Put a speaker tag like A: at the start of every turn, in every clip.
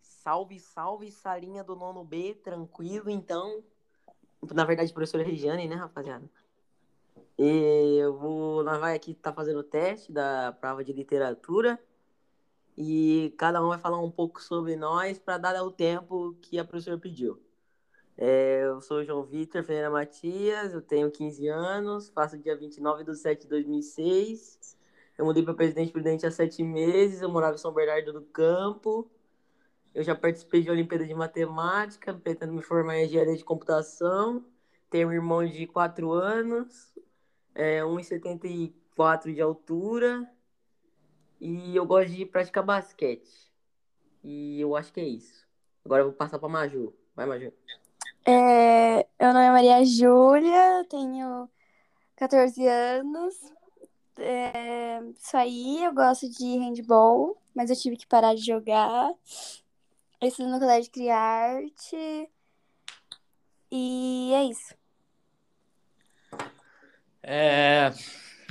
A: Salve, salve, salinha do nono B, tranquilo, então. Na verdade, professora Regiane, né, rapaziada? E eu vou. Nós vai aqui tá fazendo o teste da prova de literatura. E cada um vai falar um pouco sobre nós para dar o tempo que a professora pediu. É, eu sou o João Vitor Ferreira Matias, eu tenho 15 anos, faço dia 29 de 7 de 2006. Eu mudei para Presidente Prudente há sete meses, eu morava em São Bernardo do Campo. Eu já participei de Olimpíada de Matemática, tentando me formar em engenharia de computação. Tenho um irmão de 4 anos, é, 1,74 de altura. E eu gosto de praticar basquete. E eu acho que é isso. Agora eu vou passar para Maju. Vai, Maju.
B: É, meu nome é Maria Júlia, tenho 14 anos. É, isso aí, eu gosto de handball, mas eu tive que parar de jogar. Eu estudo no Colégio Criarte. E é isso.
C: É...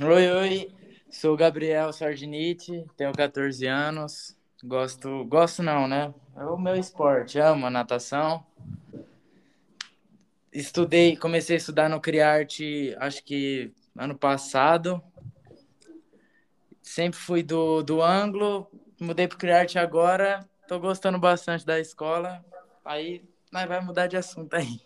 C: Oi, oi. Sou o Gabriel Sardiniti, tenho 14 anos. Gosto, gosto não, né? É o meu esporte, amo a natação. Estudei, comecei a estudar no Criarte, acho que ano passado. Sempre fui do, do ângulo, mudei pro Criarte agora. Tô gostando bastante da escola. Aí nós vai mudar de assunto aí.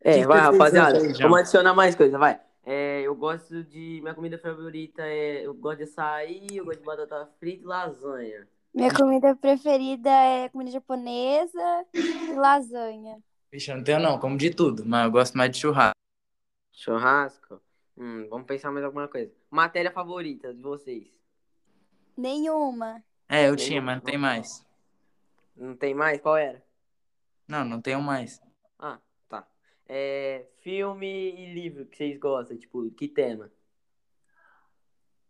A: É,
C: Que
A: vai,
C: que vocês
A: rapaziada.
C: desejam?
A: Vamos adicionar mais coisa, vai. É, eu gosto de. Minha comida favorita é. Eu gosto de açaí, eu gosto de batata frita e lasanha.
B: Minha comida preferida é comida japonesa e lasanha.
C: Vixe, eu não tenho não, como de tudo, mas eu gosto mais de churrasco.
A: Churrasco? Hum, vamos pensar mais alguma coisa. Matéria favorita de vocês?
B: Nenhuma.
C: É, eu tinha, mas não tem mais.
A: Não tem mais? Qual era?
C: Não, não tenho mais.
A: Ah, tá. É, filme e livro que vocês gostam, tipo, que tema?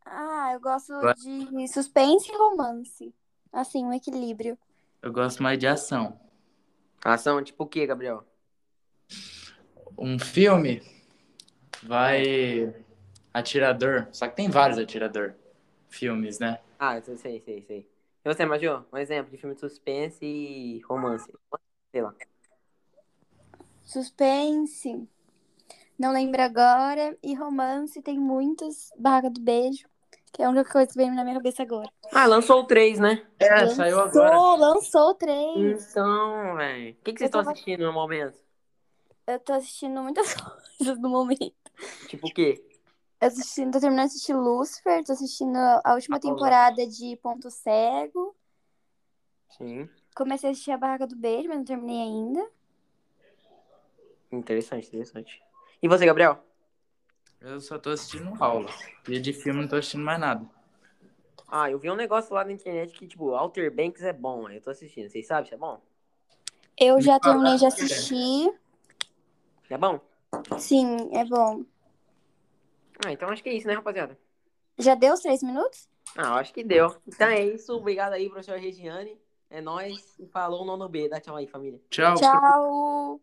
B: Ah, eu gosto
C: Vai.
B: de suspense e romance. Assim, um equilíbrio.
C: Eu gosto mais de ação.
A: Ação, tipo o que, Gabriel?
C: Um filme vai Atirador. Só que tem vários Atirador filmes, né?
A: Ah, eu sei, sei, sei. E você, Maju? Um exemplo de filme de suspense e romance. Sei lá.
B: Suspense, não lembro agora. E romance, tem muitos. Barraca do Beijo, que é a única coisa que veio na minha cabeça agora.
A: Ah, lançou o 3, né?
C: É, saiu agora. Hum.
B: Lançou, lançou três.
A: Então, velho. O que, que vocês
B: Eu tava-
A: estão assistindo no momento?
B: Eu tô assistindo muitas coisas no momento.
A: Tipo o quê?
B: Eu tô assistindo, tô terminando de assistir Lucifer, tô assistindo a última
A: Ah,
C: Tá
A: bom,
B: temporada de Ponto Cego.
A: Sim.
B: Comecei a assistir a Barraca do Beijo, mas não terminei ainda.
A: Interessante, interessante. E você, Gabriel?
C: Eu só tô assistindo aula. E de filme não tô assistindo mais nada.
A: Ah, eu vi um negócio lá na internet que, tipo, Outer Banks é bom. aí Eu tô assistindo. Vocês sabem se é bom?
B: Eu
C: Me
B: já
C: fala,
B: terminei de
C: o que é?
B: assistir.
A: É bom?
B: Sim, é bom.
A: Ah, então acho que é isso, né, rapaziada?
B: Já deu os três minutos?
A: Ah, eu acho que deu. Então é isso. Obrigado aí, professor Regiane. É nóis. E falou nono B. Dá tchau aí, família.
C: Tchau.
B: Tchau!